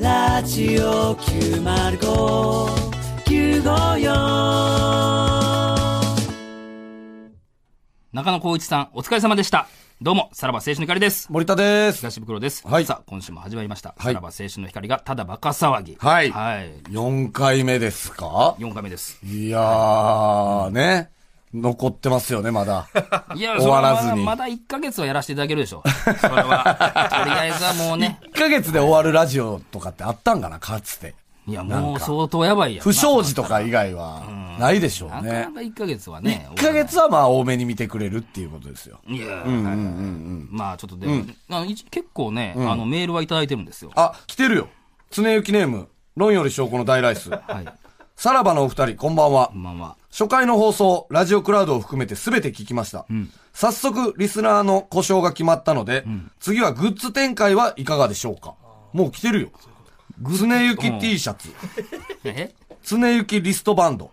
ラジオ905954中野浩一さん、お疲れ様でした。どうも、さらば青春の光です。森田です。東袋です。はいさあ、今週も始まりました。はいさらば青春の光がただバカ騒ぎ。はいはい。 4回目ですか4回目 です。いやー、ね。残ってますよね、まだ。いや、終わらずにそれはまだ1ヶ月はやらせていただけるでしょう。それ は、とりあえずはもうね。 1ヶ月で終わるラジオとかってあったんかな、かつて。いや、なもんうか相当やばいやん不祥事とか以外は、ないでしょうなかねな。か1ヶ月はね。 1ヶ月はまあ多めに見てくれるっていうことですよ。いや、はいまあちょっとでも、あの一結構ね、あのメールはいただいてるんですよ。あ、来てるよ。常幸ネーム、論より証拠の大ライス。はい。さらばのお二人、こんばんはこ。んば んは。初回の放送、ラジオクラウドを含めて全て聞きました。早速、リスナーの故障が決まったので、次はグッズ展開はいかがでしょうかもう来てるよ。つねゆき T シャツ、えつねゆきリストバンド、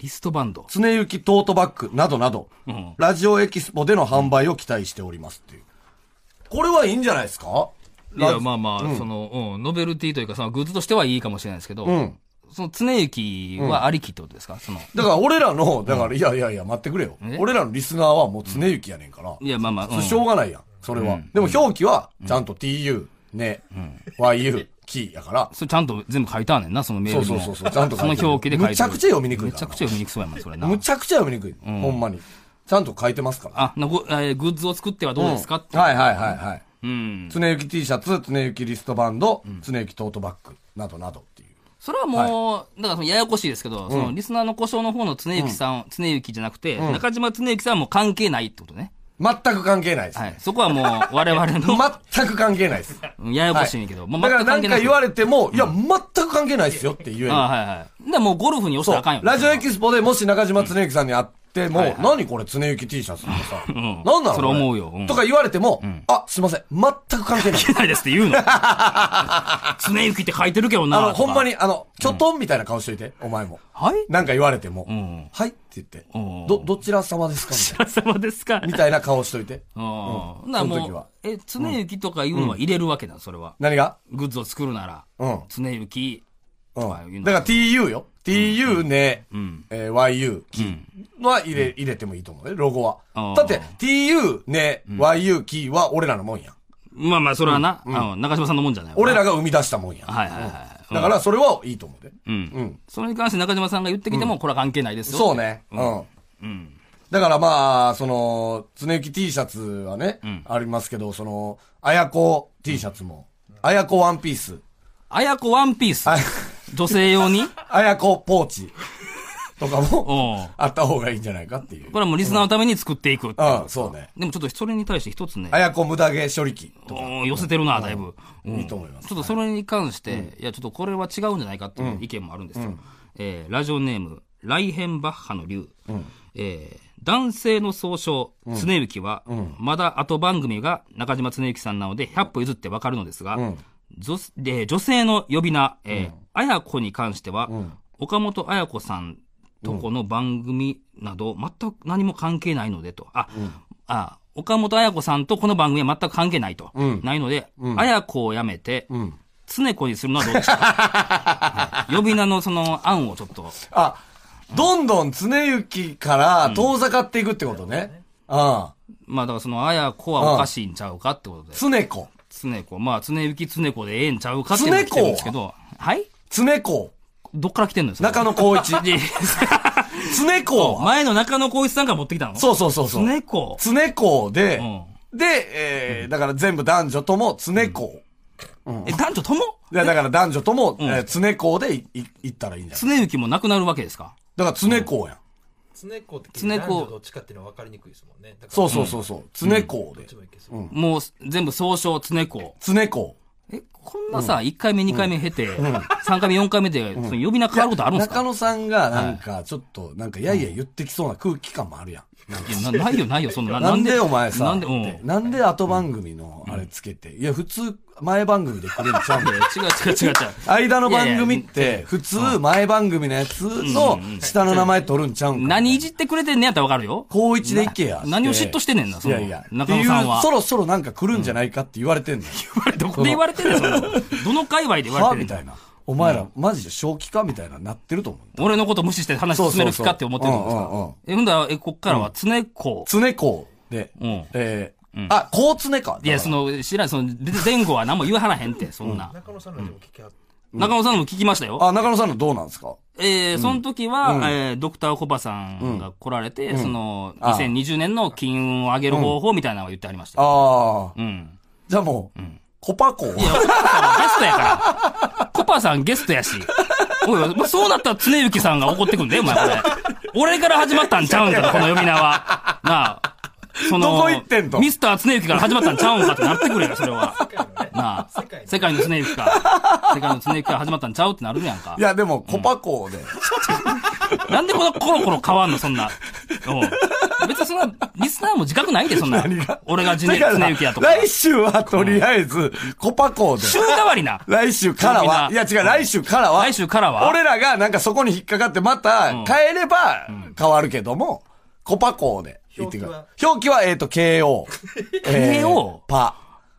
リストバンド。つねゆきトートバッグなどなど、んラジオエキスポでの販売を期待しておりますっていう。これはいいんじゃないですかいや、まあまあ、その、うん、ノベルティというか、そのグッズとしてはいいかもしれないですけど、んその、常行はありきってことですか、その、だから俺らの、だから、いやいやいや、待ってくれよえ。俺らのリスナーはもうつねゆきやねんから。いや、まあまあ、そうれんしょうがないやん、それは。でも表記は、ちゃんと tu, ね、yu, きやから。それちゃんと全部書いたんねんな、そのメールにも。そうそうそうそうちゃんと書そいのてる表記で書いてるむちゃくちゃ読みにくいからなむちゃくちゃ読みにくそうやもん、それな。むちゃくちゃ読みにくい。ほんまに。ちゃんと書いてますから。あ、なご、えーグッズを作ってはどうですかって。はいはいはいはい。うん。つねゆき T シャツ、つねゆきリストバンド、つねゆきトートバッグ、などなどっていう。それはもう、だからそのややこしいですけど、そのリスナーの故障の方の常行さん、常行じゃなくて、中島常行さんはもう関係ないってことね。全く関係ないですはねい。。そこはも う、我々の、全く関係ない です。うんややこしいねんけど、もうだから全く関何係なかいです言よ。われても、いや、全く関係ないですよって言える。あはいはい。でもうゴルフに押したそらあかんうよ。。ラジオエキスポでもし中島常幸さんに会っても、何これ常幸 T シャツとかさ、何なのそれこ思うようんとか言われても、あ、すいません、全く関係ない。書けないですって言うの。 常行って書いてるけどな。 あの、とかほんま。に、あの、ちょとんみたいな顔しといて、お前も。はいなんか言われても、んはいって言って、うんど、どちら様ですかみたおい疲れ様ですか。なみたいな顔しといて。うん。うんなその時もはう、え、常行とかいうのは入れるわけだ、それは。何がグッズを作るなら、うん常行う。とかいうんの。だから tu よ。tu ね、んえー yu キーは入れ、入れてもいいと思うね、ロゴはあー。だって、tu ね、yu キーは俺らのもんやん。まあまあ、それはな、あの中島さんのもんじゃないわ俺らが生み出したもんやん。はいはいはい。だから、それはいいと思うで。うん。ううんん。それに関して中島さんが言ってきても、これは関係ないですよ。そう。ね。うん。うん。だからまあ、その、つねゆき T シャツはね、ありますけど、その、あやこ T シャツも、あやこワンピース、あやこワンピースあ。女性用 にあやこポーチとかうんも、あった方がいいんじゃないかっていうこ。れはもうリスナーのために作っていくっていううん、そうね。でもちょっとそれに対して一つねあ、やこ無駄毛処理機とか。おー寄せてるな、だいぶ。うんいいと思いますちょっとそれに関して、いや、ちょっとこれは違うんじゃないかっていう意見もあるんですよ。えーラジオネーム、ライヘンバッハの竜。えー男性の総称、常幸は、まだ後番組が中島常幸さんなので100歩譲ってわかるのですが、女で女性の呼び名、えー綾子に関しては、岡本綾子さんとこの番組など、全く何も関係ないのでと。あ、あ、岡本綾子さんとこの番組は全く関係ないと。ないので、綾子をやめて、常子にするのはどうで しょうか、はい呼び名のその案をちょっと。あ、どんどんつねゆきから遠ざかっていくってことね。うん。まあだからその、あやこはおかしいんちゃうかってことで。つねこ。つねこ。まあ、つねゆきつねこでええんちゃうかっていうのが来てるんですけど。はいつねこ。どっから来てんのよ、それ中野光一。いやつねこ は。前の中野光一さんから持ってきたのう。そうそうそうつそう。ねこ。つねこで、うで、えーだから全部男女ともつねこ。え、男女ともいや、だから男女とも、えー、つねこでいい行ったらいいんじゃないつねゆきもなくなるわけですかだからつねこやん。常子って常子男女どっちかっていうのは分かりにくいですもんね。だからそうそうそうそう。つねこでどっち。もいけそうもう、全部総称、つねこ。つねこ。え、こんなさ、1回目、2回目経て、 3回目、4回目で、その呼び名変わることあるんです中か野さんが、なんか、ちょっと、なんか、やいや言ってきそうな空気感もあるやん。いやなないよ、ないよ、そんな。なんでお前さ、ななんんで、で,、うん。いなんで後番組のあれつけて、いや、普通、前番組で来るんちゃうんだやよ。違う違う違う違う。 間の番組って、普通、前番組のやつの下の名前取るんちゃうんか。何いじってくれてんねやったらわかるよ。高一でいけや。何を嫉妬してんねんな、そいの。やいや、中野さんは。っていうそろそろなんか来るんじゃないかって言われてんのよ。どこで言われてんねん、その。どの界隈で言われはてんねんみたいな。お前ら、マジで正気かみたいな、なってると思う。俺のこと無視して話進める気かって思ってるんですそうそうそううんうんうかんえ、ほんだら、え、こっからは、常子。常子で、うんえーあ、高常か。いや、その、知らん、その、前後は何も言わはらへんって、そんな。中野さんのでも聞きはっ中野さんも聞きましたよ。あ、中野さんのどうなんですかえー、その時は、えードクターコバさんが来られて、その、ああ2020年の金運を上げる方法みたいなのを言ってありました。ああ、うん。じゃあもう、コパコ。いや、コパさんゲストやから。コパさんゲストやし。おいおい、もうそうなったら常幸さんが怒ってくんだよ、お前これ。俺から始まったんちゃうんか、この呼び名は。なあ。そどこ行ってんとミスター常幸から始まったんちゃうんかってなってくれよ、それは。世界の ねなあ世界。の世界の常幸か。世界の常幸から始まったんちゃうってなるやんかい。や、でも、コパコで、なんでこのコロコロ変わんの、そんな。うん別にそんな、リスナーも自覚ないで、そんな何が。俺が常だから、幸やとか。来週はとりあえず、コパコで、週替わりな。来週からは、いや違う、来週からは、来週からは。俺らがなんかそこに引っかかってまた変えれば変わるけども、コパコで言ってください。表記は、えっと、KO。えー KO パ。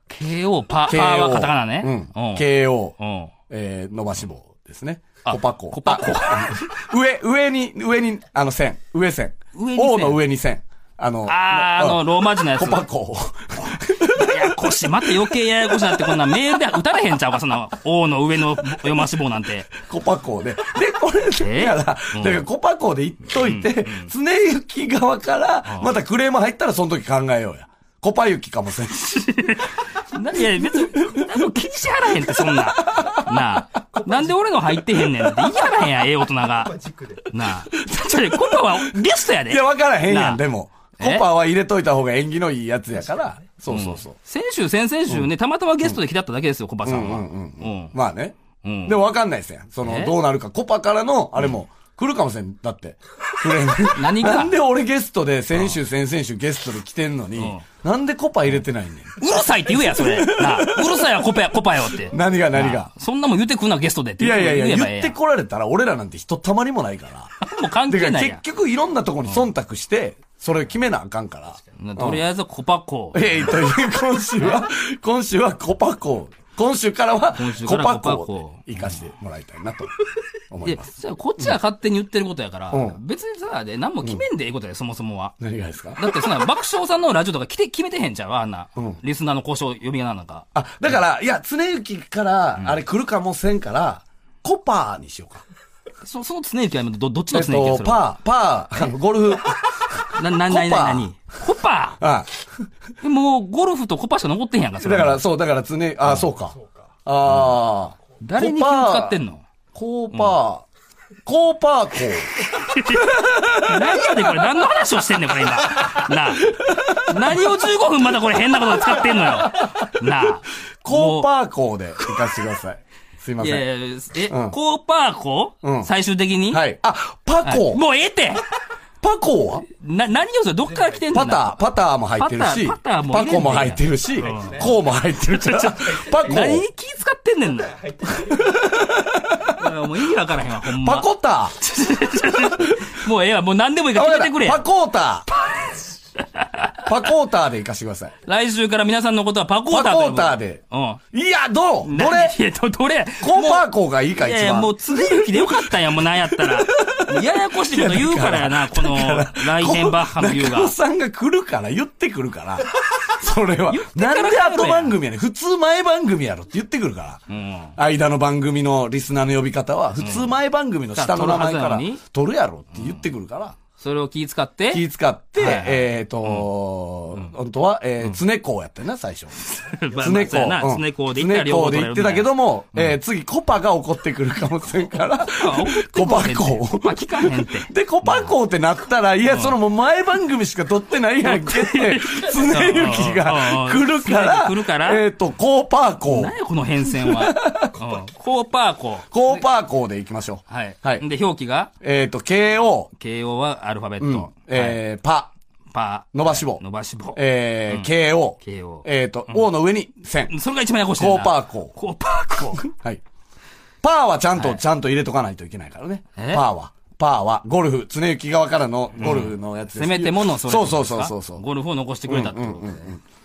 KO パ、パ KO。ーはカタカナね。うん。うん。 KO。うん。えー伸ばし棒ですね。あコパコ。コパコあ。上、上に、上に、あの線。上線。上に線王の上に線。あの、あー、あの、うんローマ字のやつ。コパコ。ややこしい。また余計ややこしいなって、こんなメールで打たれへんちゃうか、そんな、王の上の読まし棒なんて。コパコで。で、これえで、だから、うんだからコパコで言っといて、常雪側から、またクレーム入ったらその時考えようや。コパ雪かもせんし。ないや、別に、何も気にしはらへんって、そんな。なあ。なんで俺の入ってへんねんって言いはらへんやん、ええ大人がぱ。軸で。なあ。ちょ、コパはゲストやで。いや、わからへんやなあん、でも。コえパは入れといた方が縁起のいいやつやから。そうそうそう。先週、先々週ね、たまたまゲストで来たっただけですよ、コパさんは。ううんうんん。まあね。うんでもわかんないですやん。そえの、どうなるか。コパからの、あれも、来るかもしれん。だって。クレーム何がなんで俺ゲストで、先週、先々週ゲストで来てんのに、なんでコパ入れてないねん。うるさいって言えや、それ。なあ。うるさいや、コパや、コパよって。何が何が。そんなもん言うてくんな、ゲストでっいて。やいやいや、えばええ言っんてこられたら俺らなんて人たまりもないから。もう関だ係かならいや結局いろんなとこに忖度して、それ決めなあかんから。ん。とりあえずコパコ。えー、という、今週 は、今週はコパコ。今週からは今週、かコらパコパココで生かしてもらいたいなと思いいやます。、じゃあこっちは勝手に言ってることやからう、別にさ、で、何も決めんでええことや、そもそもは。何がですかだってそんな、爆笑さんのラジオとか来て決めてへんちゃうあんな。リスナーの交渉呼び名なんか。あ、だから、いや、常幸から、あれ来るかもせんから、コパーにしようか。そその常幸はど、どっちえのっ常幸やとそ、れはパー、パー、あのゴルフ、な、な、な、な、コパな、にコパあ、もう、ゴルフとコパしか残ってへんやんか、それだは。 から、そう、だから常、あ、そうか。あー誰に気を使ってんのコパー、コーパーコ何やでこれ何の話をしてんねんこれ今。なあ。何を15分まだこれ変なことで使ってんのよ。なあ。コーパーコで行かせてください。すいまいせやいん。やえ、うんコーパーコ、うん最終的にはい。あ、パはいコー。もうええってパコーはな、何をそれどっから来てんのパター、パターも入ってるし、パターパターも入れんねパんコも入ってるし、コーも入ってるから、パコ何ーに、気使ってんねんな。もう意味わからへんわ、ほんま。パコター、もうええわ、もう何でもいいから決めてくれあわかった。パコーター。パコーターで行かしてください。来週から皆さんのことはパコーターと呼ぶパコーターでうん。いや、どうどれ何いや、どどれコーパーコーがいいか、い一やいや、番。もう、常きでよかったんや、もうなんやった ら。ややこしいこと言うからやな、この、ライヘンバッハの言う中が野。さんが来るから、言ってくるから。それは。からなん帰でろや後番組やねん。普通前番組やろって言ってくるかうら。ん。間の番組のリスナーの呼び方は、普通前番組の下の名前かうらん取るはずなのに、取るやろって言ってくるから。それを気遣って、気使って、はいはいえっ、と、本当は、えー、つねこうやったよな、最初。まあつねこそうやなう。つねこうで行ったら両方つね取れこうで言るっみてたいたなけども、えー、次、コパが怒ってくるかもしれんから、あ怒ってコこパうへんこってまあ聞かへんって。う。で、コパこうってなったら、いや、そのもう前番組しか撮ってないやんけって、つねゆきがうん来るから、つねゆき来るからえっ、と、コーパーこ何う。やこの変遷は。 うんコーパーコ。コーパーこうで行きましょう。はい。はい。で、表記が、えっ、と、KO、慶応はアルファベッうんト。はいえー、パ、パー、伸ばし棒、伸ばし棒。えー、KO、 KO えっ、と、O の上に線。それが一番ややこしいな。コーパーココーパーコ。はい。パーはちゃんと、ちゃんと入れとかないといけないからね。パえーは。パーは、ゴルフ、常行側からのゴルフのやつです。せめてものそれってこそとうそうですそうかそうそう。ゴルフを残してくれたってことで。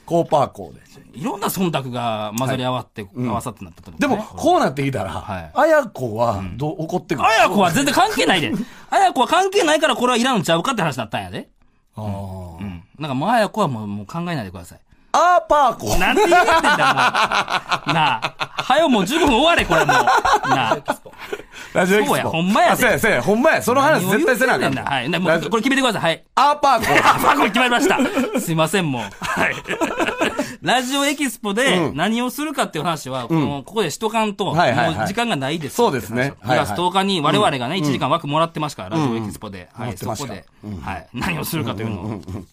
コーパーコーで。いろんな忖度が混ざり合わって、合わさってなったってことでねも、こうなってきたらい、あやこは、どう、怒ってくる。あやこは全然関係ないで。あやこは関係ないからこれはいらんのちゃうかって話だったんやで。あーうん。なんかもうあやこはもうもう考えないでください。あーパーコー。なんて言ってんだ、もう。なあ。はよもう15分終われ、これもう。なあ。ラジオエキスそポ。うやほんまやであそうや、そうや、ほんまや。その話絶対せなあか何を言ってんねんんなはい。なもラうジこれ決めてください。はい。あーパーコー。あ、パコ決まりました。すいません、もう。はい。 ラジオエキスポで何をするかっていう話は、この、ここでしとかんと、もうはいはいはい時間がないです。そうですねって話を2月はいはい10日に我々がね、1時間枠もらってますから、ラジオエキスポで。はもらい、ってそましこたで、はい。何をするかというのを、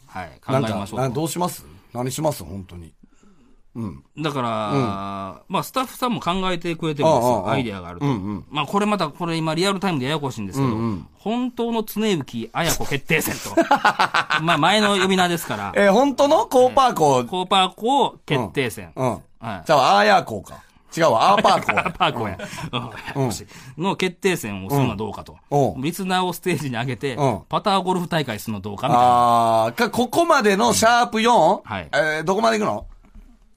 はい、 考なえんまかし、ょなうと。どうします何します本当に。だから、まあ、スタッフさんも考えてくれてるんですあああよ。あアイデアがあると。まあ、これまた、これ今、リアルタイムでややこしいんですけど、本当の常幸綾子決定戦と。 まあ、前の呼び名ですから。えー、本当のコーパーコー。コーパーコー決定戦。うん。はいじゃあ、あーやこうか。違うわ、あーパーコー あや。パーコーや。うんもしの決定戦をするのはどうかとう。んリスナーをステージに上げてうん、パターゴルフ大会するのどうかみたいな。あー、か、ここまでのシャープ 4? はいえー、どこまで行くの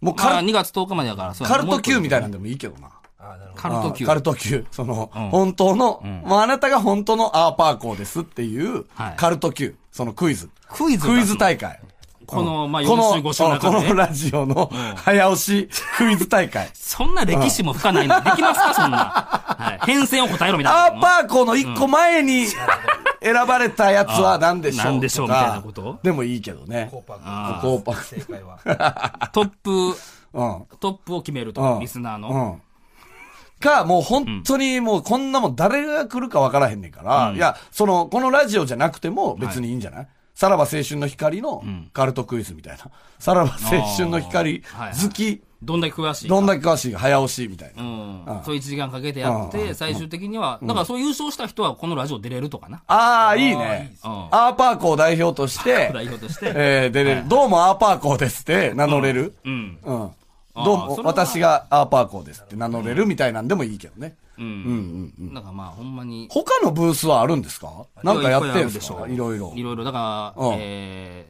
もうまカあル、 2月10日までだから、そうやカなルもうト一個 Q みたいなんでもいいけどな。あーなるほどカルト級。あーカルト Q。その、本当の、もうあなたが本当のアーパーコーですっていうは、いカルト Q。そのクイズ。クイズを出すのクイズ大会。この、まあ、4この、週5週の中こでのね。ラジオの早押しクイズ大会。そんな歴史も深ないのできますかそんな。 はい変遷を答えろみたいな。アーパーコーの一個前に選ばれたやつは何でしょう何でしょうとかみたいなことでもいいけどねコ。ーパーあコーパク正解はトップ、ー。トップを決めるうとん。、リスナーの。うん。か、もう本当にもうこんなもん誰が来るかわからへんねんから、いや、その、このラジオじゃなくても別にいいんじゃない、さらば青春の光のカルトクイズみたいな。さらば青春の光好き、どんだけ詳しいか。どんだけ詳しいか早押しみたいな。うん。そう1時間かけてやっうて、最終的には、だからそう優勝した人はこのラジオ出れるとかな。ああ、いいね。うんアーパーコー代表として、代表として。えー、出れる。どうもアーパーコーですって名乗れる。うん。うん。あーどうそも、れは私がアーパーコーですって名乗れるみたいなんでもいいけどね。うん。だからまあ、ほんまに。他のブースはあるんですかなんかやっていんろいろあるすでしょかういろいろい。ろいろ、だから、うんえ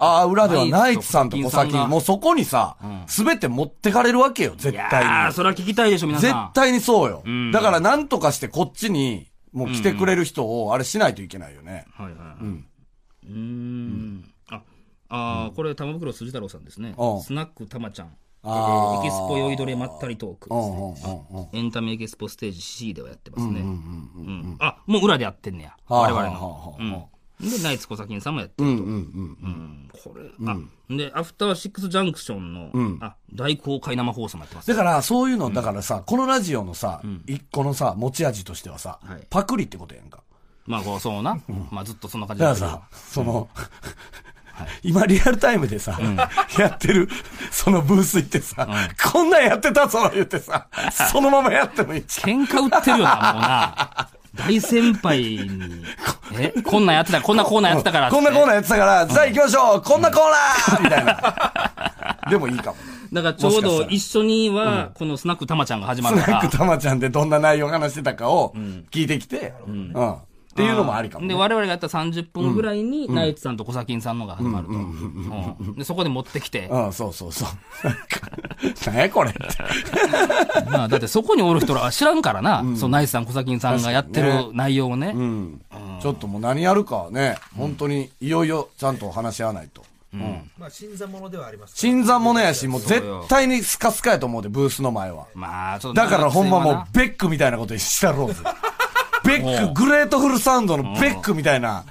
ああ、裏ではナナイイツツささんんとと小小崎崎、もうそこにさ、すべ、て持ってかれるわけよ、絶ー、いや対ー、に。それは聞きたいでしょ、皆絶さん。対にそうよ。んだからなんとかしてこっちに、もう来てくれる人を、あれしないといけないよね。はいはいはい。うん。ん。あ、あーこれ、玉袋筋太郎さんですねうん。スナック玉ちゃん。えあーーエキスポ酔いどれまったりトークうですんうんね。うんうん。エンタメエキスポステージ C ではやってますね。うんあ、もう裏でやってんねや。はあ我々はあはのあは。うんで、ナイツ小崎さんもやってるうんうんうん。うんこれ、あ、で、アフターシックスジャンクションの、あ、大公開生放送もやってます。だから、そういうの、だからさ、このラジオのさ、一個のさ、持ち味としてはさはい、パクリってことやんか。まあ、こう、そうな。まあ、ずっとそんな感じだかだらけどさ、その、 今リアルタイムでさ、やってる、そのブース行ってさ、こんなんやってたぞ言ってさ、そのままやってもいいじゃん喧嘩売って るよな、もうな。大先輩に、え、こんなんやってた、こんなコーナーやってたから。 こんなコーナーー。やってたから、さあ行きましょうこんなコーナーみたいな。でもいいかも。だから、ちょうもしかしたどら一緒には、このスナックたまちゃんが始まスるナかッらク。たまちゃんでどんな内容を話してたかを聞いてきて、うん。っていうのもありかもで、ね。我々がやった30分ぐらいに、ナイツさんと小崎さんのが始まると。うんで、そこで持ってきて。うん、そうそうそう。なんか、何やこれって。まあ、だってそこにおる人らは知らんからな。そのナイツさん、小崎さんがやってる内容をね。うん。ちょっともう何やるかはね、本当にいよいよちゃんと話し合わないと。まあ新参者ではあります新参者やし、もうそう絶よ対にスカスカやと思うで、ブースの前は。まあ、ちょっとだからほんまもな う、ベックみたいなことしたろうぜ。ベック、グレートフルサウンドのベックみたいな、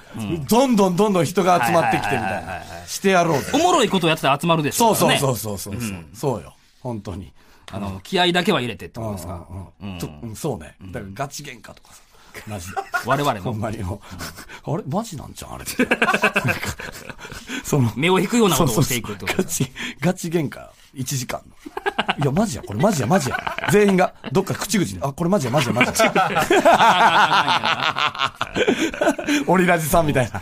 どんどんどんどん人が集まってきてみたいな、してやろうぜお。もろいことをやってたら集まるでしそょうそうねそうそうそう。そうよ。本当に。あの、気合だけは入れてってことですか。うんうんちょうんそうね。だからガチ喧嘩とかさ。マジで。我々ほんも。まにもう。あれマジなんじゃんあれって。なんかその、目を引くようなこそとをうそうしてそういくってことガです。チ、ガチ喧嘩、1時間の。いや、マジや、これマジや、マジや。全員が、どっか口々に、あ、これマジや、マジや、マジや。オリラジさんみたいな。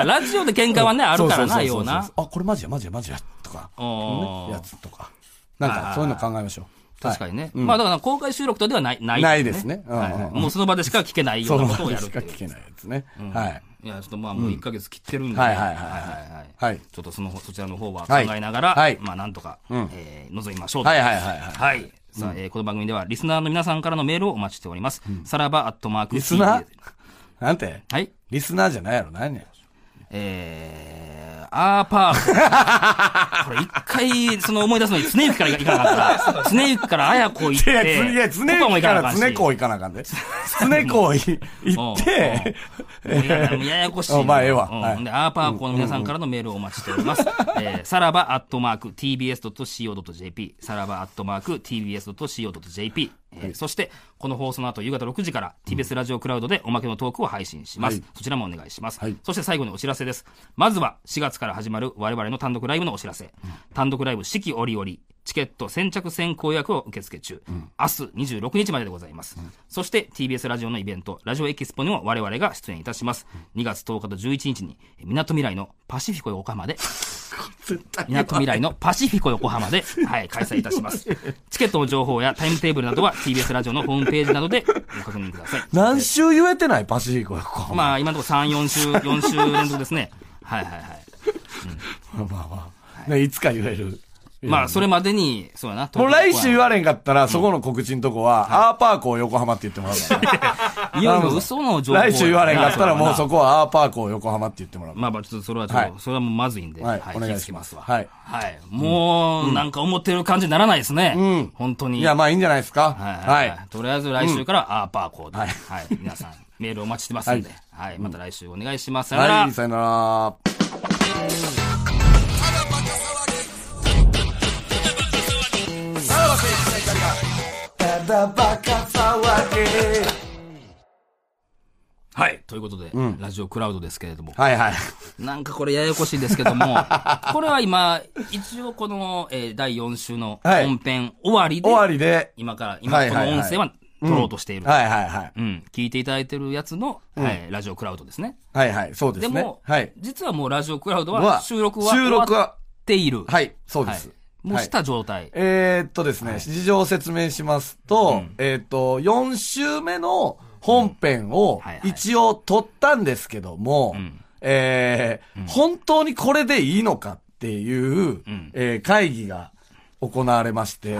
あ、ラジオで喧嘩はね、あるからな、そそようそなそ。あ、これマジや、マジや、マジや、とか、おーやつとか。なんか、そういうの考えましょう。確かにね。ね。まあだから公開収録とではない、ない。ないですね。うんはいうんうんもうその場でしか聞けないよそうのなことをまやでるっしてかいう。聞けないやつね。はい。いや、ちょっとまあもう1ヶ月切ってるんでね、はいはいはいはいはいははいいちょっとそのそちらの方は考はいえながら、はいまあなんとか、えー臨みましょうとはいはいはいはい。はいさあ、えーこの番組ではリスナーの皆さんからのメールをお待ちしております。さらばアットマークリスナー TBS なんてはい。リスナーじゃないやろ、何や。えー、アーパー ク。これ一回、その思い出すのに、スネークから行かなかった。スネークからあやこ行っいや、つて、いや、つねコパも行かかなあからんつしねこう行かなあかんで。つねこうい行って、うんうんもうやややこしいな。お前ええわうんはいほんで、アーパー校の皆さんからのメールをお待ちしております。えーさらばアットマーク tbs.co.jp、さらばアットマーク tbs.co.jp、えーそして、この放送の後、夕方6時から TBS ラジオクラウドでおまけのトークを配信します。はいそちらもお願いします。はいそして最後にお知らせです。まずは、4月から始まる我々の単独ライブのお知らせ。単独ライブ四季折々。チケット先着先行予約を受付中、明日26日まででございます、そして TBS ラジオのイベントラジオエキスポにも我々が出演いたします、2月10日と11日にみなとみらいのパシフィコ横浜で絶対みなとみらいのパシフィコ横浜で、はい、開催いたしますチケットの情報やタイムテーブルなどは TBS ラジオのホームページなどでご確認ください何週言えてないパシフィコ横浜。ままあ今のところ34週4週連続ですねはいはいはいあまあ。ね、いつか言える。まあそれまでにそうやなもう来週言はわれんかったら、そこの告知のとこは、アーパー校横浜って言ってもらうからいよいよ嘘の情報来週言われんかったら、もうそそこはアーパー校横浜って言ってもらう。まあまあ、ちょっとそれはちょっと、はいそれはもうまずいんで、はいお願い気をつけしますわははいい。もう、なんか思ってる感じにならないですね。ん本当に。いや、まあいいんじゃないですか。はいははいい。。とりあえず来週から、アーパーコード。ははいい。皆さん、 メールお待ちしてますんで。はい。また来週お願いします。さよならはい、さよなら。ただバカ騒げ。はい。ということで、ラジオクラウドですけれども。はいはい。なんかこれややこしいですけど も、これは今、一応この、えー第4週のはい本編終わりで、終わりで。今から、今この音声は撮ろうとしている。はいはいはい。うん。聞いていただいてるやつの、はい、ラジオクラウドですね。はいはい。そうでですねも。、はい。実はもうラジオクラウドはは収録は収録終わっは、ている。はい、そうですはい。もうした状態。えーっとですね、事情を説明しますと、えーっと、4週目の本編をはいはい一応撮ったんですけども、えー本当にこれでいいのかっていう、えー会議が行われまして、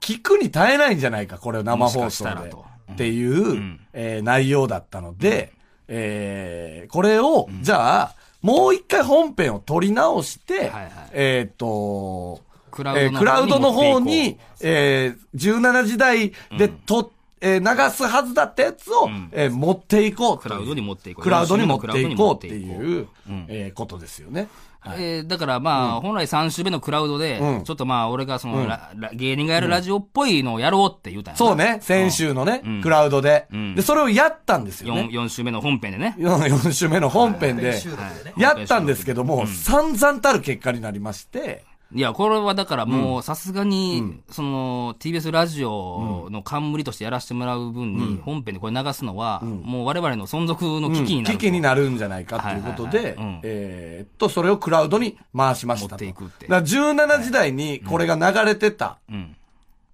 聞くに耐えないんじゃないか、これを生放もし送かしでたらと。っていう、えー内容だったので、えーこれを、じゃあ、もう一回本編を撮り直して、はいはいえーっと、クえークラウドの持方にっていこ、えー17時台でと、えー流すはずだったやつを、えー持っていこうクラウドに持っていこうクラウドに持っていこうってクラウドにい持う、えーことですよね。う、えーだからまあ、本来3週目のクラウドで、うんちょっとまあ、俺がその、ララ芸人がやるラジオっぽいのをやろうって言うたんやなそうね、先週のね、んクラウドで、んで、それをやったんですよ4、ね。 4週目の本編でね。 4週目の本編で、収録でね。やったんですけども、散々たる結果になりまして、いや、これはだからもう、さすがに、その、TBS ラジオの冠としてやらせてもらう分に、本編でこれ流すのは、もう我々の存続の危機になる危と。機になるんじゃないかということはいはいではいうん、えーっと、それをクラウドに回しまし持たっと。ていくってだから17時代にこれが流れてたうん。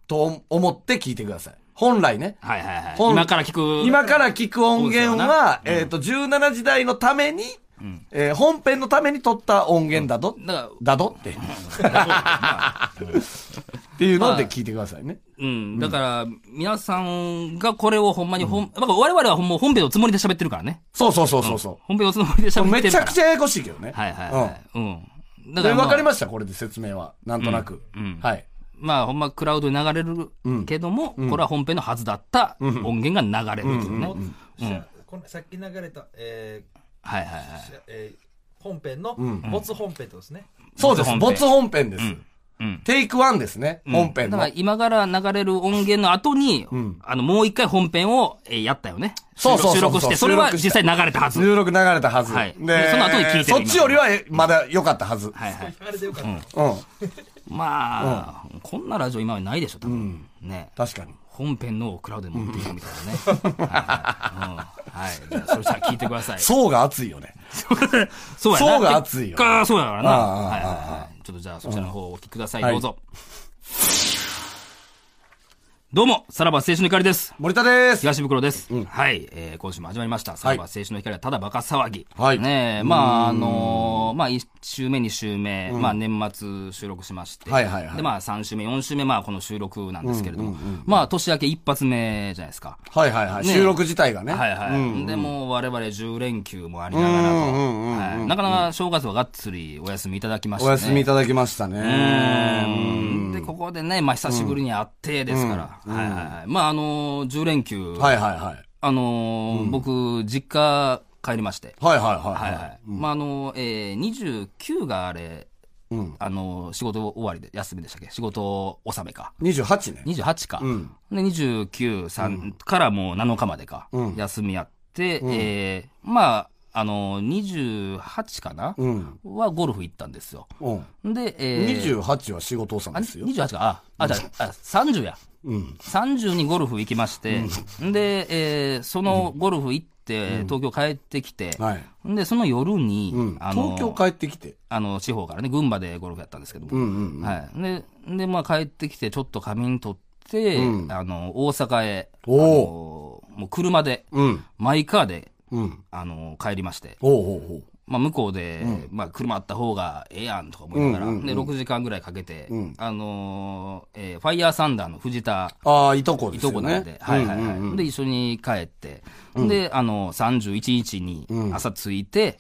と思って聞いてください。本来ね。はいはいはい。本今から聞く。今から聞く音源音声はは、えっと、17時代のために、えー本編のために撮った音源だど、だからだどって。 っていうので聞いてくださいね。うん。だから、皆さんがこれをほんまに本、まあ我々はほんま本編のつもりで喋ってるからね。そうそうそうそうそ本編のつもりでう。喋って めるちかゃら。くちゃややこしいけどね。はいはいはい。うん。だで、まあわかりましたこれで説明は。なんとなく。はい。まあほんまクラウドに流れるけども、これは本編のはずだった音源が流れるというね。しこのさっき流れた、えはいはいはい。ーしえー本編の、没本編ってことですね。そうです。没本編没本編です。うんテイクワンですね。本編だのから。今から流れる音源の後に、あの、もう一回本編を、えーやったよね。そうそうそう収録収録して、それは収録した実際流れたはず。入力流れたはず。はいでその後に聞いてるそっちよりはえまだ良かったはず。はいはい。あれでよかった。うん。まあ、こんなラジオ今までないでしょ、多分。ね。確かに。本編のクラウドに持っていくみたいなね。はいはいうんはい。じゃあ、それじゃあ聞いてください。 層が厚いよね。そうやな。層が熱いよ結果そうやからな。ああああはいはいはい。ちょっとじゃあ、そちらの方をお聞きください。はいどうぞ。どうも、さらば青春の光です。森田です。東袋です。はい、えー今週も始まりました。さらば青春の光はただバカ騒ぎ。はいねえ、まあ、あのーまあ、1週目、2週目、まあ、年末収録しまして。はいはいはいで、まあ、3週目、4週目、まあ、この収録なんですけれども。まあ、年明け一発目じゃないですか。はいはいはい。ね収録自体がね。はいはい。で、もう我々10連休もありながらと。はいなかなか正月はがっつりお休みいただきましたおね。休みいただきましたね。うんで、ここでね、まあ、久しぶりに会ってですから。はいはいはい。まあ、あのー、10連休。はいはいはい。あのー僕、実家帰りまして。はいはいはいは。はいい。まあ、あのー、えー、29があれ、うんあのー、仕事終わりで、休みでしたっけ仕事納めか。 28ね。 28か。で、29、3からもう7日までか。休みやって、えーまあ、あのー、28かな、うん。はゴルフ行ったんですよ。うん。で、えー28は仕事納めですよ。 28か、あ、あ、じゃあ、あ30や。30にゴルフ行きまして、で、えーそのゴルフ行って、東京帰ってきて、はい。で、その夜に、あの東京帰ってきて。あの、地方からね、群馬でゴルフやったんですけども、はい。で、で、まあ帰ってきて、ちょっと仮眠取って、あの、大阪へ、おーあのもう車で、うん。マイカーで、うん。あの、帰りまして、ほうほうほう。まあ、向こうで、まあ、車あった方がええやんとか思いながら、で、6時間ぐらいかけて、あのーえーファイヤーサンダーの藤田、ああ、いとこでいすよとね。こなんで、はいはいはい。うんうんで、一緒に帰って、で、あの、31日に朝着いて、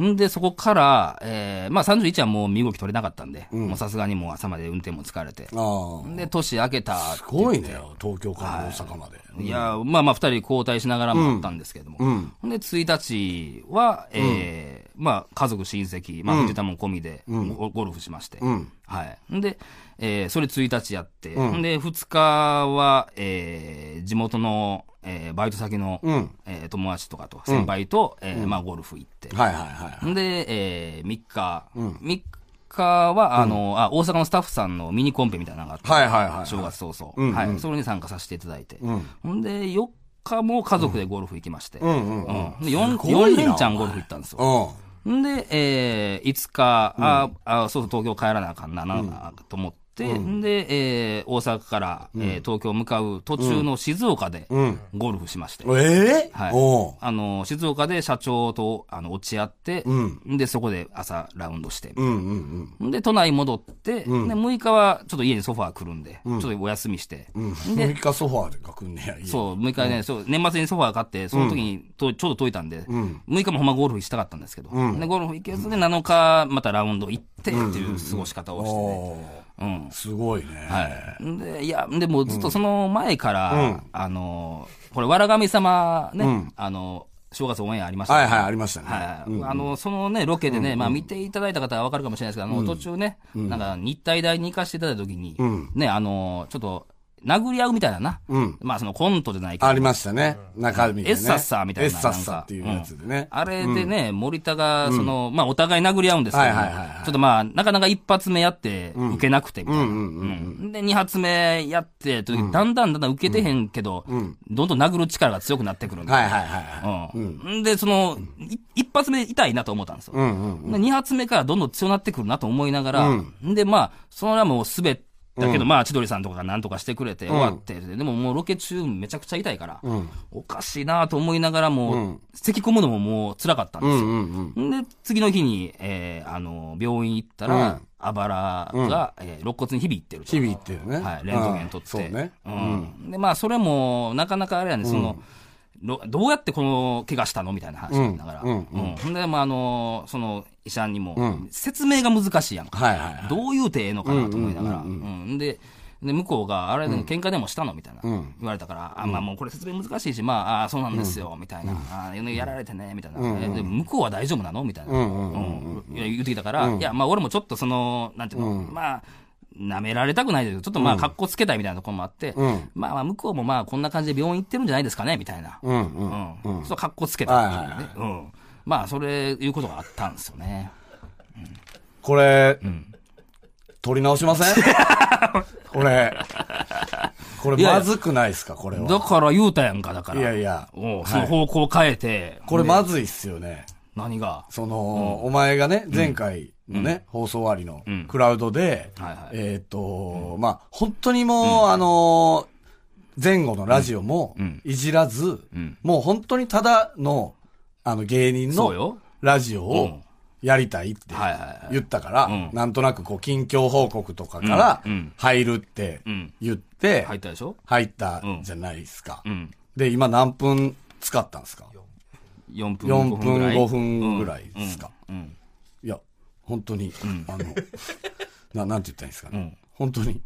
ん、で、そこから、えー、まあ31はもう身動き取れなかったんで、もうさすがにもう朝まで運転も疲れて、ああ。で、年明けたってすごいね。東京から大阪まで。いや、まあまあ、二人交代しながらもあったんですけれども。で、1日は、えーまあ、家族、親戚、まあ、藤田も込みで、ゴゴルフしまして。はい。で、えーそれ1日やって、で、2日は、えー地元の、えーバイト先の、えー友達とかと、先輩と、えーまあ、ゴルフ行って。はいはいはい。で、え3日、3日は、あの、あ、大阪のスタッフさんのミニコンペみたいなのがあって、はいはいはい正月早々、はい。それに参加させていただいて。ほんで、4日も家族でゴルフ行きまして、うんうんうん。で 4, すごいな連チャンゴルフ行ったんですよ。うんで、えー、5日、ああ、そうそう、東京帰らなあかんな、なと思って、ん、で、えー、大阪から、えー東京向かう途中の静岡で、ゴルフしまして。ん。ええはいおう。あの、静岡で社長と、あの、落ち合って、で、そこで朝ラウンドして、うんうんうん。で、都内戻って、で、6日はちょっと家にソファー来るんで、ちょっとお休みして、 6日ソファーで書くんねや。家そう、6日ね、そう、年末にソファー買って、その時にと、ちょうど解いたんで、6日もほんまゴルフしたかったんですけど、で、ゴルフ行けずで7日またラウンド行ってっていう過ごし方をしてね。おううん。すごいね。はい。で、いや、でもずっとその前から、あの、これ、わらがみ様ね、あの、正月オンエアありましたはけいどはい、ありましたね。はい、あのそのねロケでね、まあ、見ていただいた方は分かるかもしれないですけど、あの途中ね、なんか日体大に行かせていただいた時に、ねあのちょっと殴り合うみたいなな、まあそのコントじゃないけどありましたね。中身がね。エッサッサーみたいなエッサッサーっていうやつでね。あれでね、森田が、その、まあ、お互い殴り合うんですけど、はいはいはいはいちょっとまあ、なかなか一発目やって、受けなくて、みたいな。うんで、二発目やって、とだんだんだんだん受けてへんけど、どんどん殴る力が強くなってくるんではいはいはいはうん。で、その、い一発目痛いなと思ったんですよ。で二発目からどんどん強なってくるなと思いながら、で、まあ、そのらもう滑ったけど、まあ、千鳥さんとかがなんとかしてくれて終わって、でももうロケ中めちゃくちゃ痛いから、おかしいなと思いながらも、う咳込むのももう辛かったんですよ。い。うんうん。で、次の日に、えーあの、病院行ったら、あばらが、えー肋骨にひびいってると。日々っていうね。はい、レントゲン撮って。そうね。うん。で、まあ、それも、なかなかあれやね、その、ろどうやってこの怪我したのみたいな話になりながら。うん。ほんで、まあ、あの、その医者にも、説明が難しいやんか。はいはいはい。どう言うてええのかなと思いながら。うん。で、で、向こうが、あれ、喧嘩でもしたのみたいな、言われたから、あ、まあもうこれ説明難しいし、まあ、あそうなんですよ、みたいな、あやられてね、みたいな、えで向こうは大丈夫なのみたいな、うんいや言ってきたから、いや、まあ俺もちょっとその、なんていうの、まあ、舐められたくないですけど、ちょっとまあ、格好つけたいみたいなところもあって、まあまあ、向こうもまあ、こんな感じで病院行ってるんじゃないですかね、みたいな。うんうん。うん。そう、格好つけたっていうね。うん。まあ、それ、いうことがあったんですよね。これ、取り直しません これ、これいやいやまずくないですか、これだは。から言うたやんか、だから。いやいやおうはいその方向変えて。これでまずいっすよね。何がその、お前がね、前回のね、放送終わりのんクラウドで、はいはいえっ、と、まあ、本当にもう、あのー前後のラジオもんいじらず、んもう本当にただの、あの芸人そうのよラジオうをんやりたいってはいはいはい言ったから、うんなんとなくこう近況報告とかからうんうん入るってうん言って入ったでしょ入ったじゃないですか。うん。で、今何分使ったんですか4分 ,5 4分分ぐらい。 5分ぐらいですか、うん。うん。いや本当に、あの ななんて言ったらいいんですかね、うん本当に、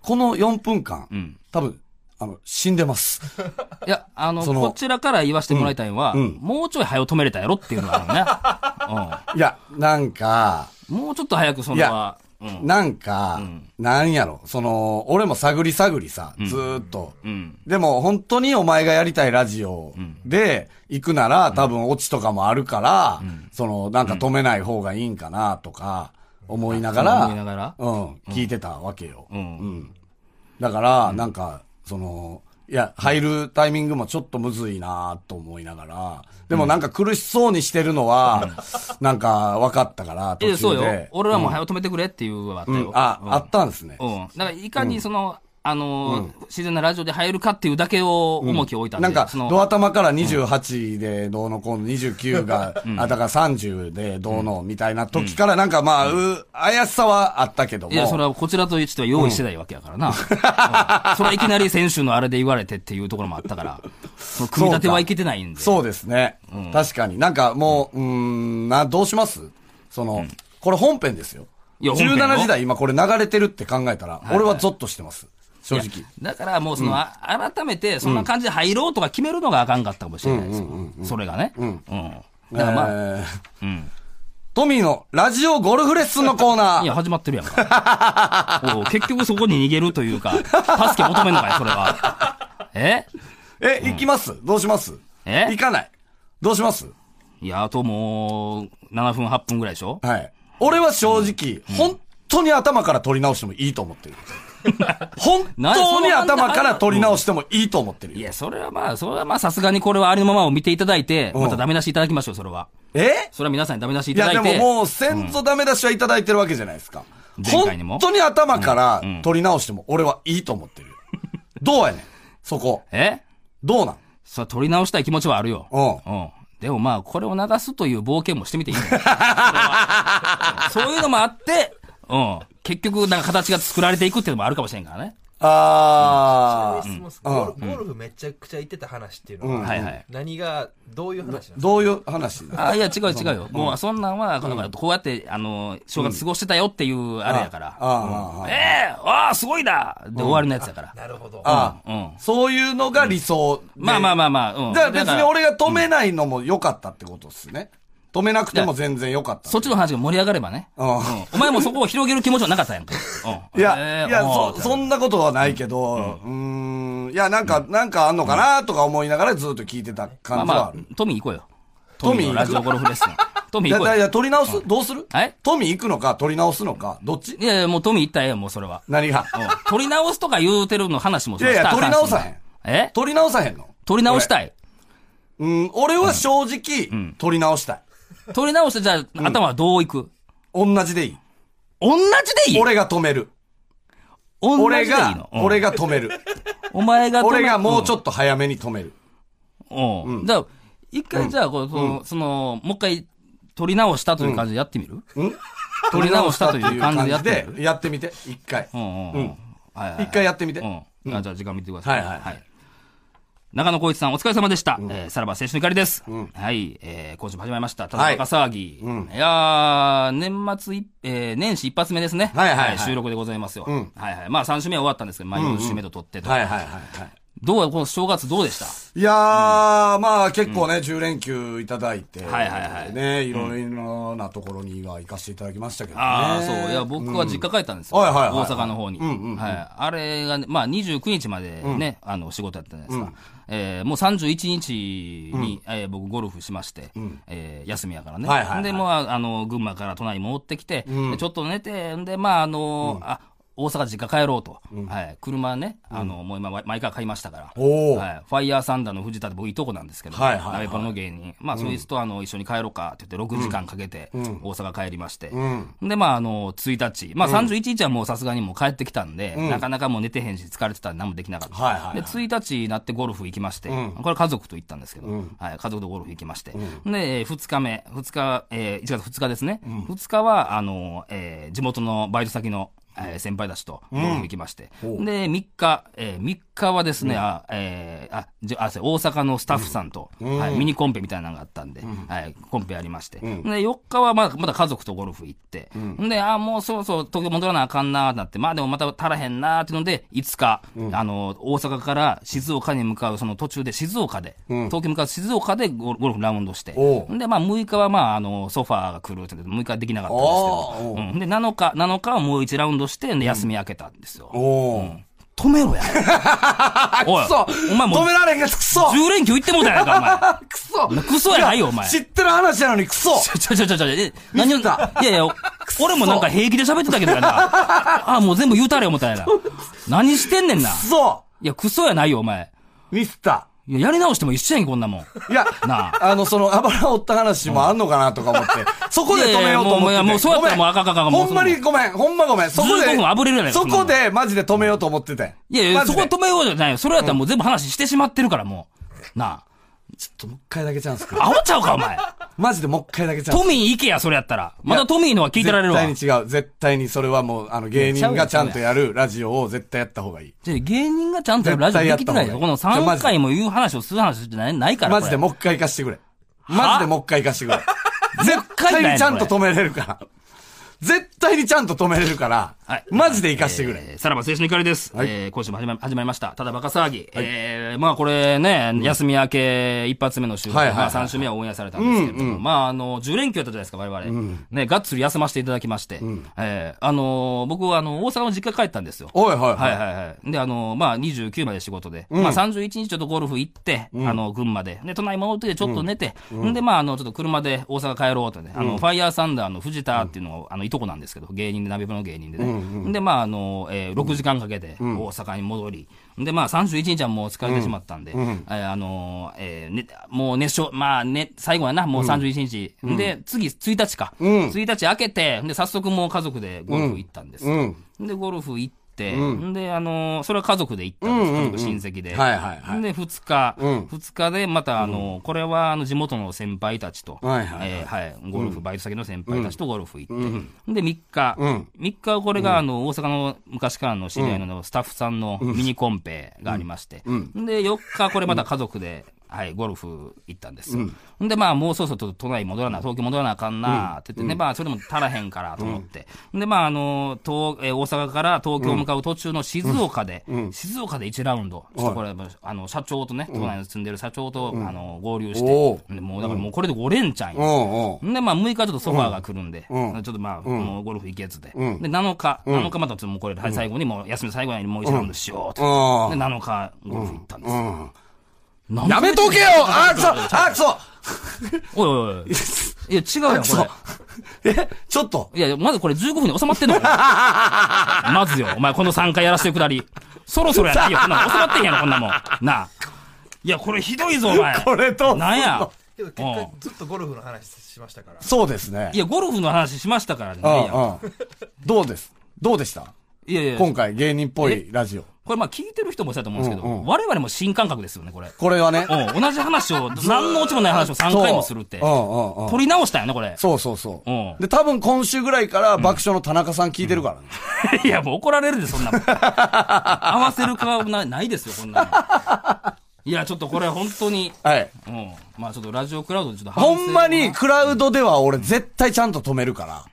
この4分間、ん多分あの死んでますいや、あの、そのこちらから言わせてもらいたいのは、うんうんもうちょい早う止めれたやろっていうのがあるね。 いやなんかうん。もうちょっと早くそいのやは、うん。なんか、なんやろその俺も探り探りさずーっと、うん。でも本当にお前がやりたいラジオで行くなら、多分オチとかもあるから、そのなんか止めない方がいいんかなとか思いながら、思いながらうん、聞いてたわけよ。うん。だから、なんか、その、いや、入るタイミングもちょっとむずいなと思いながら、でもなんか苦しそうにしてるのは、なんか分かったから、え途そう中よで。。俺はもう早う止めてくれっていうのがあったうよ。ん、あ、うんあったんですね。うん。だから、いかにその、あのー、自然なラジオで入るかっていうだけを重きを置いたんで、なんかそ、のドア玉から28でどうのこうの、29が、あ、だから30でどうのみたいな時から、なんかまあ、う、怪しさはあったけども。いや、それはこちらとしては用意してないわけや からな。うんそれはいきなり選手のあれで言われてっていうところもあったから、その組み立てはいけてないんで。そうですね。確かに。なんかもう、うーん、な、どうしますその、これ本編ですよ。いや本編よ17時台今これ流れてるって考えたら、俺はゾッとしてます。正直。だからもうその、あ改めてそんな感じで入ろうとか決めるのがあかんかったかもしれないですよ。それがね。うん。だからまあ、えートミーのラジオゴルフレッスンのコーナいー。や、始まってるやんか。 おう結局そこに逃げるというか、助け求めんのかよ、それは。ええ、行きますどうしますえ行かない。どうしますいや、あともう、7分、8分ぐらいでしょはい。俺は正直、本当に頭から取り直してもいいと思っ てる。本当に頭から取り直してもいいと思ってるい。や、それはまあ、それはまあ、さすがにこれはありのままを見ていただいて、またダメ出しいただきましょう、それは。えそれは皆さんにダメ出しいいたや、だでいて。ももう先祖ダメ出しはいただいてるわけじゃないですか。前回にも本当に頭から取り直しても俺はいいと思っ てるよ。どうやねんそこ。えどうなんそう、取り直したい気持ちはあるよ。ううん。でもまあ、これを流すという冒険もしてみて いいんだよそれはそういうのもあって、うん。結局、なんか形が作られていくっていうのもあるかもしれんからね。あ質問ですー。ゴルうんゴルフめちゃくちゃ行ってた話っていうのうんは、はいはい。何が、どういう話なのどういう話だあいや、違う違うよ。もう、そんなんは、このこうやって、あの、正月過ごしてたよっていう、あれやから。あーあーええああ、すごいなで終わりのやつやから。なるほど。あうんー。そういうのが理想。まあまあまあまあ、うん。じゃあ別に俺が止めないのも良かったってことですね。止めなくても全然良かった。そっちの話が盛り上がればね。ううんん。お前もそこを広げる気持ちはなかったやんか。うん。いえや、ーいや、おそ、ーそんなことはないけど、うーん、いや、なんか、なんかあんのかなとか思いながらずっと聞いてたまあ感じはあまる。あ、トミー行こうよ。トトミーミーのラジオゴルフレッ スン。トミー行いこや、ういよ。や、取り直す、どうするはいトミー行くのか、取り直すのか、どっちいやいや、もうトミー行ったらええよ、もうそれは。何がうん。取り直すとか言うてるの話もいやいや、取り直さへんん。。え取り直さへんの取り直したい。うん、俺は正直、取り直したい。取り直して、じゃあ、頭はどういく同じでいい。同じでいい俺が止める。同じで俺いいがの、。うん俺が 止める。お前が止め俺がもうちょと。っと早めに止める。うん。じゃあ、一回じゃあ、こうその、その、もう一回、取り直したという感じでやってみるうん取り直したという感じでやってみる取り直したという感じでやってみて、一回。うんうんううんん。はいはいはい一回やってみて。うん。あじゃあ時間見てください。はいはいはい中野浩一さんお疲れ様でした。えーさらば青春の怒りです。はい、えー今週も始まりました。ただバカ騒ぎ。いやー、年末い、えー年始一発目ですね。はいはいはい収録でございますよ。はいはい。まあ3週目は終わったんですけど、まあ4週目と取ってと。はいはいはいはい。どうはこの正月どうでしたいやー、まあ結構ね、10連休いただいて、はいはいはいね、いろいろなところには行かせていただきましたけどね。ああ、そう。いや、僕は実家帰ったんですよ。はいはいはいはい大阪の方に。はい。あれがね、まあ29日までね、あの、仕事やったじゃないですか。えーもう31日に、えー僕ゴルフしまして、えー休みやからね。はいはいはいで、まあ、あの、群馬から都内に戻ってきて、でちょっと寝て、んで、まあ、あの、あ、大阪実家帰ろうと。はい。車ね、あの、もう今、マイカー買いましたから。おーはい。ファイヤーサンダーの藤田って僕いとこなんですけど、はいはいはいナベプロの芸人。まあ、そいつとあの、一緒に帰ろうかって言って、6時間かけて、大阪帰りまして。で、まあ、あの、1日。まあ、31日はもうさすがにもう帰ってきたんで、なかなかもう寝てへんし、疲れてたんで何もできなかった。はいはいはいで、1日になってゴルフ行きまして、これ家族と行ったんですけど、はい、家族とゴルフ行きまして。で、えー2日目、2日、えー1月2日ですね。2日は、あの、えー地元のバイト先の、えー先輩たちとゴルフ行きまして。で、3日、え3日はですね、あ、えーあ、じゃあ、そう大阪のスタッフさんと、はい、ミニコンペみたいなのがあったんで、はい、コンペやりまして。で、4日はまだ、まだ家族とゴルフ行って、で、あ、もうそろそろ東京戻らなあかんなーってなって、まあでもまた足らへんなーってので、5日、あの、大阪から静岡に向かう、その途中で静岡で、東京向かう静岡でゴゴルフラウンドして、おうで、まあ6日はまあ、あの、ソファーが来るって言って、6日はできなかったんですけど、おうんで、7日、7日はもう1ラウンドして、で休み明けたんですよ。おー。止めろや。 お いくそお前もう止められへんやつくそ10連休行ってもうたやんか、くそお前。クソやないよ、お前。知ってる話なのにくそちょちょちょちょ、え、何を、いミスったやいや、俺もなんか平気で喋ってたけどやな。ああ、もう全部言うたれ思ったんや な。何してんねんな。くそいや、クソやないよ、お前。ミスった。いや、やり直しても一緒やんけ、こんなもん。いや、なあの、その、あばらを追った話もあんのかなとか思って、そこで止めようと思っいやていやもうて。もうそうやったらもうあかんあかんあかんもうほんまにごめん、ほんまごめん。そこで、 15分炙れるやないかそこで、マジで止めようと思ってて。いやいや、マそジこで止めようじゃないよ。それやったらもう全部話してしまってるから、もう。なちょっともう一回だけチャンスくれあ。アホちゃうか、お前。マジでもう一回だけチャンストミー行けや、それやったら。またトミーのは聞いてられるわ。絶対に違う。絶対にそれはもう、あの、芸人がちゃんとやるラジオを絶対やった方がいい。じゃあ芸人がちゃんとやるラジオできてないよ。こ絶対やのった方がいい3回も言う話をする話じゃないないから。マこジでれもう一回行かしてくれ。マジでもう一回行かしてくれ。 絶対にちゃんと止めれるから。絶対にちゃんと止めれるからはい、マジで行かしてくれ。えーさらば青春の怒りです。はいえー今週も始ま始まりました。ただバカ騒ぎ。えーまあこれね、休み明け一発目の週、はいはいはいまあ3週目はオンエアされたんですけれども、まああの、10連休やったじゃないですか、我々。ね、がっつり休ませていただきまして、えーあのー僕はあの、大阪の実家帰ったんですよ。おいははいいはい。はいはい。で、あの、まあ、29まで仕事で、まあ、31日ちょっとゴルフ行って、あの、群馬で、で、都内戻ってきてちょっと寝て、んで、まあ、あの、ちょっと車で大阪帰ろうとね、あの、ファイヤーサンダーの藤田っていうのが、あの、いとこなんですけど、芸人で、ナビプロの芸人でね。で、まあ、あの、えー6時間かけて、大阪に戻り、で、まあ、31日はもう疲れてしまったんで、えーあの、えーね、もう熱唱、まあ、ね、最後やな、もう31日。で、次、1日か。1日開けて、で、早速もう家族でゴルフ行ったんですよ。うん。で、ゴルフ行って、で、あのーそれは家族で行ったんです。家族親戚で。はいはいはいで、2日、二ん日で、また、あのーこれは、あの、地元の先輩たちと、はいはいはいえーはい、ゴルフ、バイト先の先輩たちとゴルフ行って、で、3日、3日はこれが、あの、大阪の昔からの知り合いのスタッフさんのミニコンペがありまして、で、4日、これまた家族で、はい、ゴルフ行ったんですよ。ん、で、まあ、もうそろそろ都内戻らな、東京戻らなあかんな、って言ってね、まあ、それでも足らへんからと思って。で、まあ、あの、東、えー大阪から東京向かう途中の静岡で、静岡で1ラウンド、ちょっとこれ、あの、社長とね、都内に住んでる社長と、あの、合流して、おでもう、だからもうこれで5連チャンやおうおうで、まあ、6日ちょっとソファーが来るんで、ちょっとまあ、もうゴルフ行けやつで。で、7日、7日またちょっともうこれ、はい最後にもう、休みの最後にもう1ラウンドしようと。うんで、7日、ゴルフ行ったんです。なんでやめとけよあ、くそあ、くそおいおいおい。いや、違うやん、こそうれ。え、ちょっと。いやいや、まずこれ15分に収まってんのか よまずよ、お前この3回やらせてくだり。そろそろやっていいよ、こんなもん収まってんやろ、こんなもん。なあ。いや、これひどいぞ、お前。 これと。なんや。けど結う果んずっとゴルフの話しましたからそうですねい。や、ゴルフの話しましたからね。うんいやうん。どうですどうでしたいやいや、今回芸人っぽいラジオ。これまあ聞いてる人もそうだと思うんですけど、うんうん我々も新感覚ですよね、これ。これはね。うん、同じ話を、何のオチもない話を3回もするってう。んうんうん。取り直したよね、これ。そうそうそううん。で、多分今週ぐらいから爆笑の田中さん聞いてるからね。いや、もう怒られるで、そんなもん。合わせる顔なないですよ、こんなの。いや、ちょっとこれ本当に、はい。うん。まあちょっとラジオクラウドでちょっと反省ほんまに、クラウドでは俺絶対ちゃんと止めるから。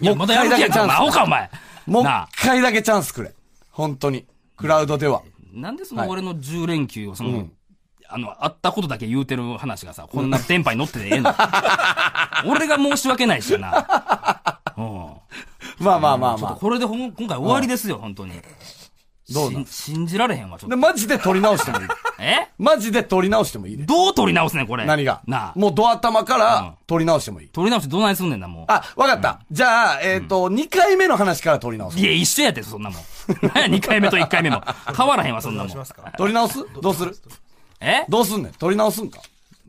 いや、まだやる気やんか、お前アホか、お前。もうな一あ。回だけチャンスくれ。本当に。クラウドでは。なんでその俺の10連休を、その、あの、会ったことだけ言うてる話がさ、こんな電波に乗っててええの 俺が申し訳ないしやな。うん。まあまあまあちょっとまこれでほん、今回終わりですよ、本当に。どうなんし信じられへんわ、ちょあ。っで、と。マジで取り直してもいい。えマジで取り直してもいいで。どう取り直すねん、これ。何が。なあ。もうドア玉から取り直してもいい。取り直してどないすんねんな、もう。あ、わかった。じゃあ、えっと、2回目の話から取り直すい。や、一緒やって、そんなもん。2回目と1回目も。変わらへんわ、そんなもしんま。すか取り直すどうするえどうすんねん取り直すんか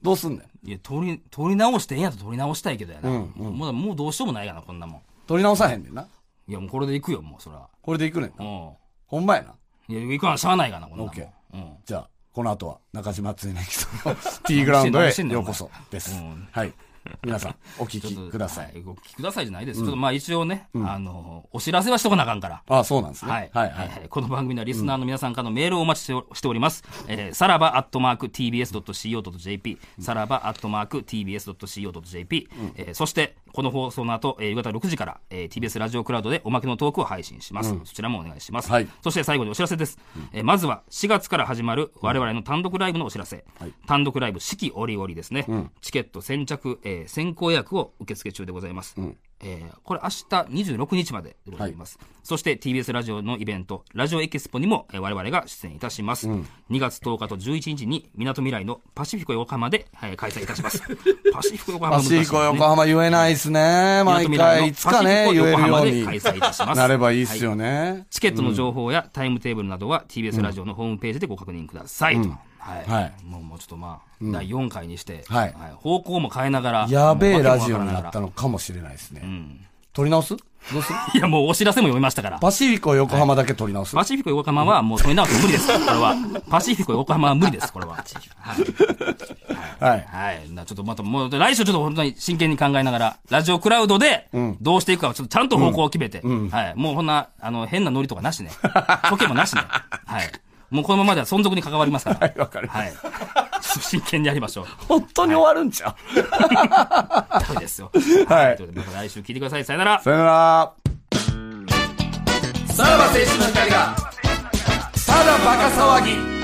どうすんねんいや、取り、取り直してええんやと取り直したいけどやな。もう、もうどうしようもないやな、こんなも取り直さへんねんな。ん。いや、もうこれで行くよ、もう、そら。これでいくねんうな。ん。ほんまやな。いや、行かな、しゃあないがな、こんなもん。オッケーうん。じゃあ、この後は中島つねきさ んの T グラウンドへようこそですうん。はい。皆さん、お聞ちょっきとください。はお聞きくださいじゃないです。ちょっとまあ一応ね、あの、お知らせはしとかなあかんから。あ、そうなんですね。はい。はい、はい。えーこの番組ではリスナーの皆さんからのメールをお待ちしておしております。えーさらばアットマーク tbs.co.jp、さらばアットマーク tbs.co.jp、えーそして、この放送の後、えー夕方6時から、えー TBS ラジオクラウドでおまけのトークを配信します。そちらもお願いします。はいそして最後にお知らせです。えーまずは4月から始まる我々の単独ライブのお知らせ。単独ライブ四季折々ですね。チケット先着、えー先行予約を受付中でございます。えーこれ明日26日まででございます、そして TBS ラジオのイベントラジオエキスポにも、えー我々が出演いたします、2月10日と11日にみなとみらいのパシフィコ横浜で、えー開催いたします パシフィコ横浜難パしいシでフすィコ横ね浜言えないっすね。毎回、いつかね、言えるパシフィコように横浜で開催いたしますなればいいっすよね。チケットの情報やタイムテーブルなどは TBS ラジオのホームページでご確認くださいと、はいはいもうもうちょっとまあ、第4回にして、はい方向も変えながらやべえラジオもう訳もわからにながっらたのかもしれないですね。取り直すどうするいやもうお知らせも読みましたからパシフィコ横浜だけ取り直すパシフィコ横浜はもうそれなわけ無理です。これは。パシフィコ横浜は無理です、これは。はい。はい。はい。なちょっとまた、もう来週ちょっと本当に真剣に考えながら、ラジオクラウドで、どうしていくかをちょっとちゃんと方向を決めて、はい。もうこんな、あの、変なノリとかなしね。ボケもなしね。はい。もうこのままでは存続に関わりますから。はいわかりまはい。ちょっと真剣にやりましょう。本当に終わるんちゃうダメですよ。はいということで、また来週聞いてください。さよなら。さよなら。さらば青春の光がただバカ騒ぎ。